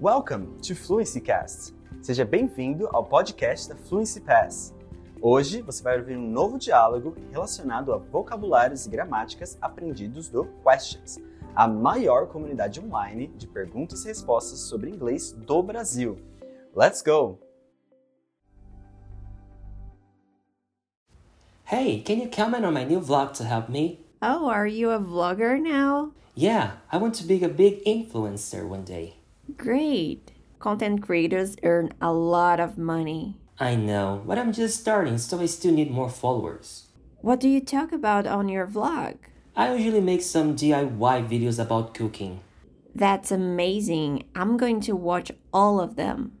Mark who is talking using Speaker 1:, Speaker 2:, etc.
Speaker 1: Welcome to Fluency Cast. Seja bem-vindo ao podcast da Fluency Pass. Hoje você vai ouvir um novo diálogo relacionado a vocabulários e gramáticas aprendidos do Questions, a maior comunidade online de perguntas e respostas sobre inglês do Brasil. Let's go!
Speaker 2: Hey, can you comment on my new vlog to help me?
Speaker 3: Oh, are you a vlogger now?
Speaker 2: Yeah, I want to be a big influencer one day.
Speaker 3: Great. Content creators earn a lot of money.
Speaker 2: I know, but I'm just starting, so I still need more followers.
Speaker 3: What do you talk about on your vlog?
Speaker 2: I usually make some DIY videos about cooking.
Speaker 3: That's amazing. I'm going to watch all of them.